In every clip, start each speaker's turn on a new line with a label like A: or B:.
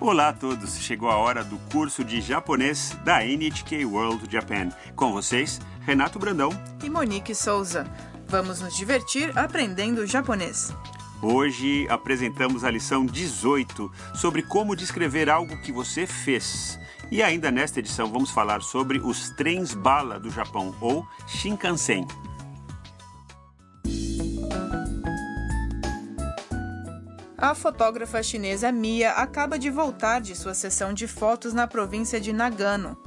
A: Olá a todos! Chegou a hora do curso de japonês da NHK World Japan. Com vocês, Renato Brandão.
B: e Monique Souza. Vamos nos divertir aprendendo japonês.
A: Hoje apresentamos a lição 18 sobre como descrever algo que você fez. E ainda nesta edição vamos falar sobre os trens bala do Japão ou Shinkansen.
B: A fotógrafa chinesa Mia acaba de voltar de sua sessão de fotos na província de Nagano.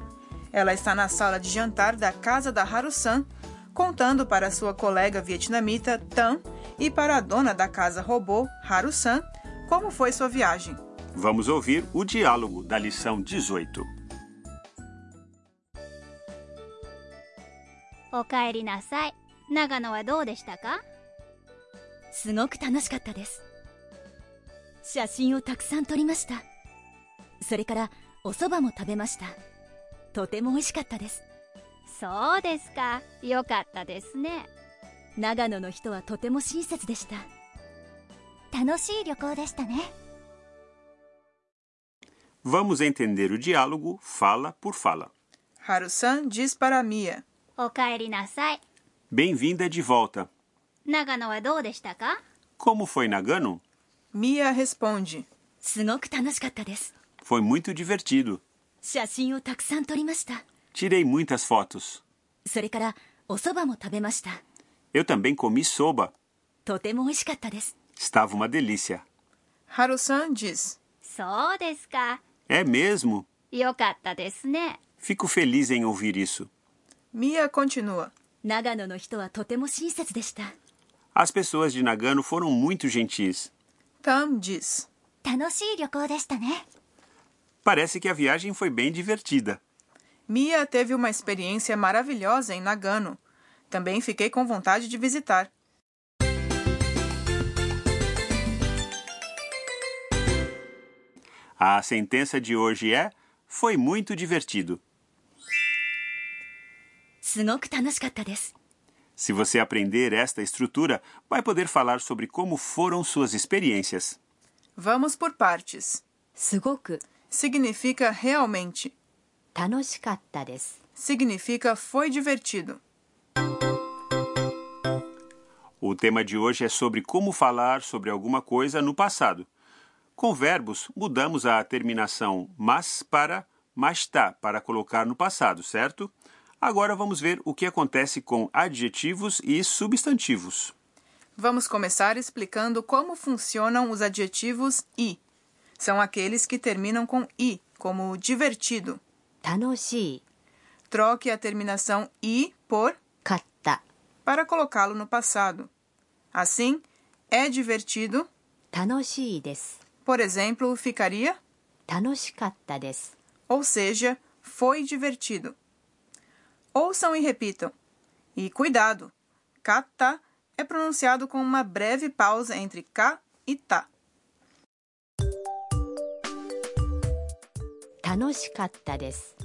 B: Ela está na sala de jantar da casa da Haru-san, contando para sua colega vietnamita Tan e para a dona da casa robô, Haru-san, como foi sua viagem.
A: Vamos ouvir o diálogo da lição 18.
C: おかえりなさい長野はどうでしたかすごく楽しかったです写真をたくさん撮りましたそれからお蕎麦も食べましたとても美味しかったですそうですかよかったですね長野の人はとても親切でした楽しい旅行でしたね
A: Vamos entender o diálogo fala por fala.
B: Haru-san diz para Mia:
C: おかえりなさい
A: Bem-vinda de volta.
C: 長野はどうでしたか
A: Como foi Nagano?
B: Mia responde.
C: すごく楽しかったです
A: Foi muito divertido.
C: 写真をたくさん撮りました
A: Tirei muitas fotos.
C: それからお蕎麦も食べました
A: Eu também comi soba.
C: とても美味しかったです
A: Estava uma delícia.
B: Haru-san diz:
C: そうですか
A: É mesmo?
C: よかったですね
A: Fico feliz em ouvir isso.
B: Mia continua.
C: 長野の人はとても親切でした
A: As pessoas de Nagano foram muito gentis.
B: Tan diz:
C: 楽しい旅行でしたね
A: Parece que a viagem foi bem divertida.
B: Mia teve uma experiência maravilhosa em Nagano. Também fiquei com vontade de visitar.
A: A sentença de hoje é: Foi muito divertido.
C: すごく楽しかったです
A: Se você aprender esta estrutura, vai poder falar sobre como foram suas experiências.
B: Vamos por partes.
D: すごく
B: Significa realmente.
D: 楽しかったです
B: Significa foi divertido.
A: O tema de hoje é sobre como falar sobre alguma coisa no passado. Com verbos, mudamos a terminação mas para mas tá para colocar no passado, certo? Agora vamos ver o que acontece com adjetivos e substantivos.
B: Vamos começar explicando como funcionam os adjetivos i. São aqueles que terminam com i, como divertido.
D: 楽しい
B: Troque a terminação i por
D: かった
B: para colocá-lo no passado. Assim, é divertido,
D: 楽しいです
B: por exemplo, ficaria
D: 楽しかったです
B: ou seja, foi divertido. Ouçam e repitam. E cuidado, kata é pronunciado com uma breve pausa entre ka e ta.
D: 楽しかったです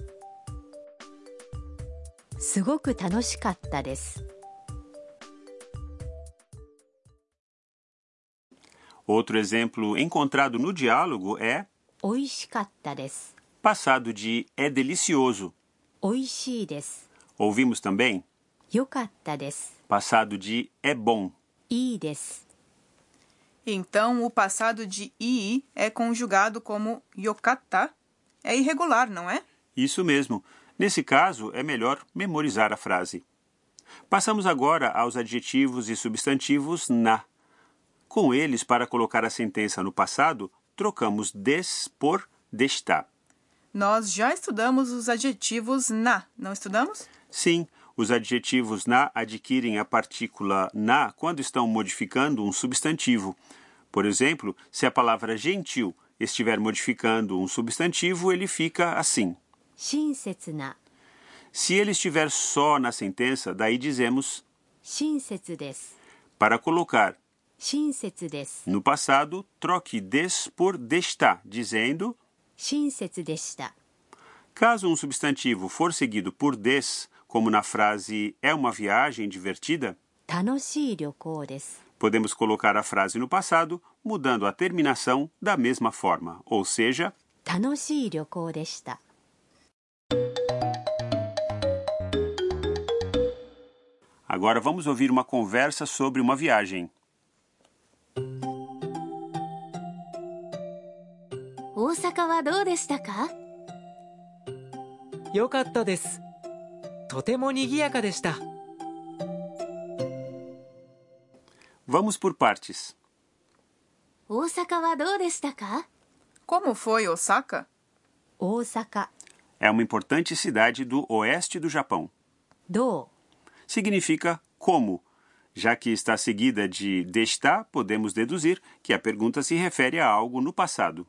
D: すごく楽しかったです
A: Outro exemplo encontrado no diálogo é
D: 美味しかったです
A: passado de é delicioso.
D: 美味しいです
A: Ouvimos também
D: 良かったです
A: passado de é bom.
D: いいです
B: Então, o passado de ii é conjugado como yokata. É irregular, não é?
A: Isso mesmo. Nesse caso, é melhor memorizar a frase. Passamos agora aos adjetivos e substantivos na. Com eles, para colocar a sentença no passado, trocamos des por desta.
B: Nós já estudamos os adjetivos na, não estudamos?
A: Sim, os adjetivos na adquirem a partícula na quando estão modificando um substantivo. Por exemplo, se a palavra gentil estiver modificando um substantivo, ele fica assim.
D: 親切な
A: Se ele estiver só na sentença, daí dizemos
D: 親切です
A: Para colocar
D: 親切です
A: no passado, troque des por desta, dizendo:
D: 親切でした
A: caso um substantivo for seguido por des, como na frase é uma viagem divertida,
D: 楽しい旅行です
A: podemos colocar a frase no passado mudando a terminação da mesma forma, ou seja,
D: 楽しい旅行でした
A: Agora vamos ouvir uma conversa sobre uma viagem.
C: 大阪はどうでしたか
E: よかったですとても賑やかでした
A: Vamos por partes.
C: 大阪はどうでしたか
B: Como foi Osaka?
D: 大阪
A: É uma importante cidade do oeste do Japão.
D: ど
A: Significa como. Já que está seguida de desta, podemos deduzir que a pergunta se refere a algo no passado.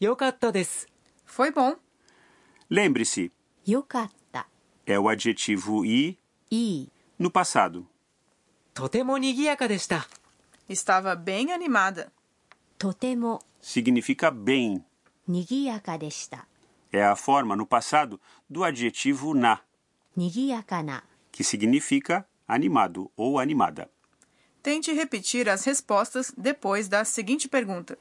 E: よかったです
B: Foi bom.
A: Lembre-se,
D: うよかった
A: é o adjetivo i
D: いい
A: no passado.
E: とても賑やかでした
B: Estava bem animada.
D: とても
A: Significa bem.
D: にぎやかでした
A: É a forma no passado do adjetivo na,
D: にぎやかな
A: que significa animado ou animada.
B: Tente repetir as respostas depois da seguinte pergunta.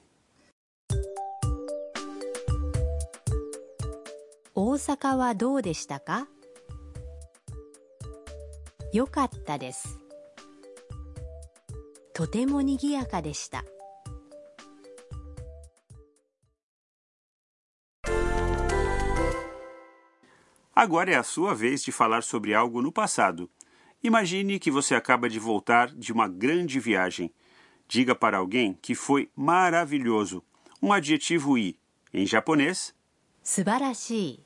D: 大阪はどうでしたかよかったですとてもにぎやかでした
A: Agora é a sua vez de falar sobre algo no passado. Imagine que você acaba de voltar de uma grande viagem. Diga para alguém que foi maravilhoso. Um adjetivo i, em japonês,
D: 素晴らしい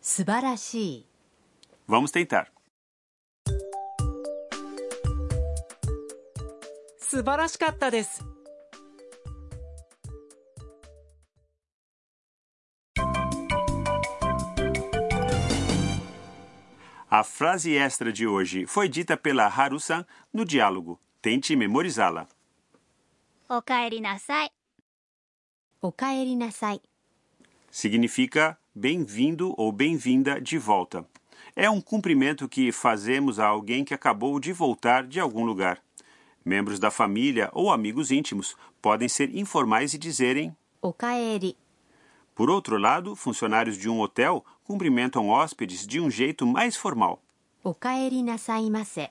D: 素晴らしい
A: vamos tentar.
E: 素晴らしかったです
A: A frase extra de hoje foi dita pela Haru-san no diálogo. Tente memorizá-la.
C: おかえりなさい
D: おかえりなさい
A: Significa bem-vindo ou bem-vinda de volta. É um cumprimento que fazemos a alguém que acabou de voltar de algum lugar. Membros da família ou amigos íntimos podem ser informais e dizerem.
D: おかえり
A: Por outro lado, funcionários de um hotel cumprimentam hóspedes de um jeito mais formal.
D: おかえりなさいませ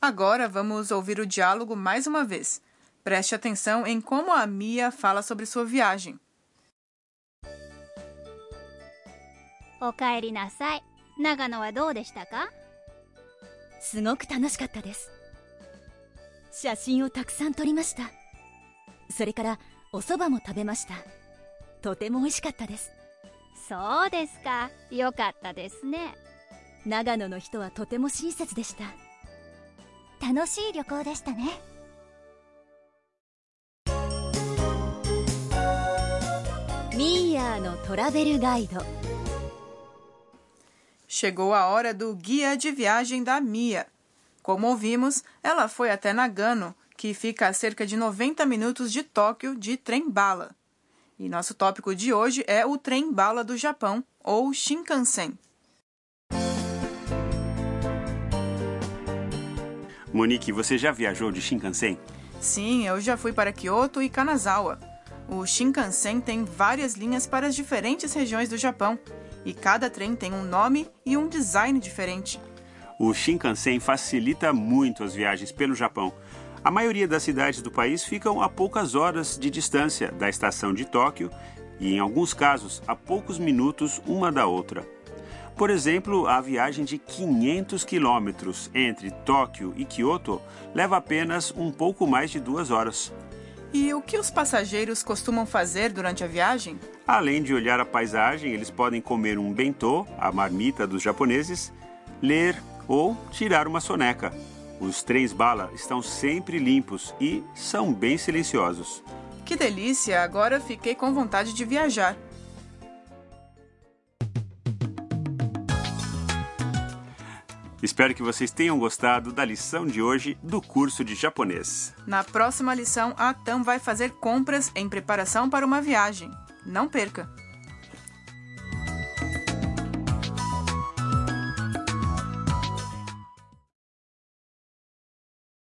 B: Agora vamos ouvir o diálogo mais uma vez. Preste atenção em como a Mia fala sobre sua viagem.
C: おかえりなさい長野はどうでしたかすごく楽しかったです写真をたくさん撮りましたそれからお蕎麦も食べましたとても美味しかったですそうですかよかったですね長野の人はとても親切でした楽しい旅行でしたねミーヤーのトラベルガイド
B: Chegou a hora do guia de viagem da Mia. Como ouvimos, ela foi até Nagano, que fica a cerca de 90 minutos de Tóquio de trem-bala. E nosso tópico de hoje é o trem-bala do Japão, ou Shinkansen.
A: Monique, você já viajou de Shinkansen?
B: Sim, eu já fui para Kyoto e Kanazawa. O Shinkansen tem várias linhas para as diferentes regiões do Japão, e cada trem tem um nome e um design diferente.
A: O Shinkansen facilita muito as viagens pelo Japão. A maioria das cidades do país ficam a poucas horas de distância da estação de Tóquio e, em alguns casos, a poucos minutos uma da outra. Por exemplo, a viagem de 500 quilômetros entre Tóquio e Kyoto leva apenas um pouco mais de duas horas.
B: E o que os passageiros costumam fazer durante a viagem?
A: Além de olhar a paisagem, eles podem comer um bentô, a marmita dos japoneses, ler ou tirar uma soneca. Os trens bala estão sempre limpos e são bem silenciosos.
B: Que delícia! Agora fiquei com vontade de viajar.
A: Espero que vocês tenham gostado da lição de hoje do curso de japonês.
B: Na próxima lição, a Tam vai fazer compras em preparação para uma viagem. Não perca!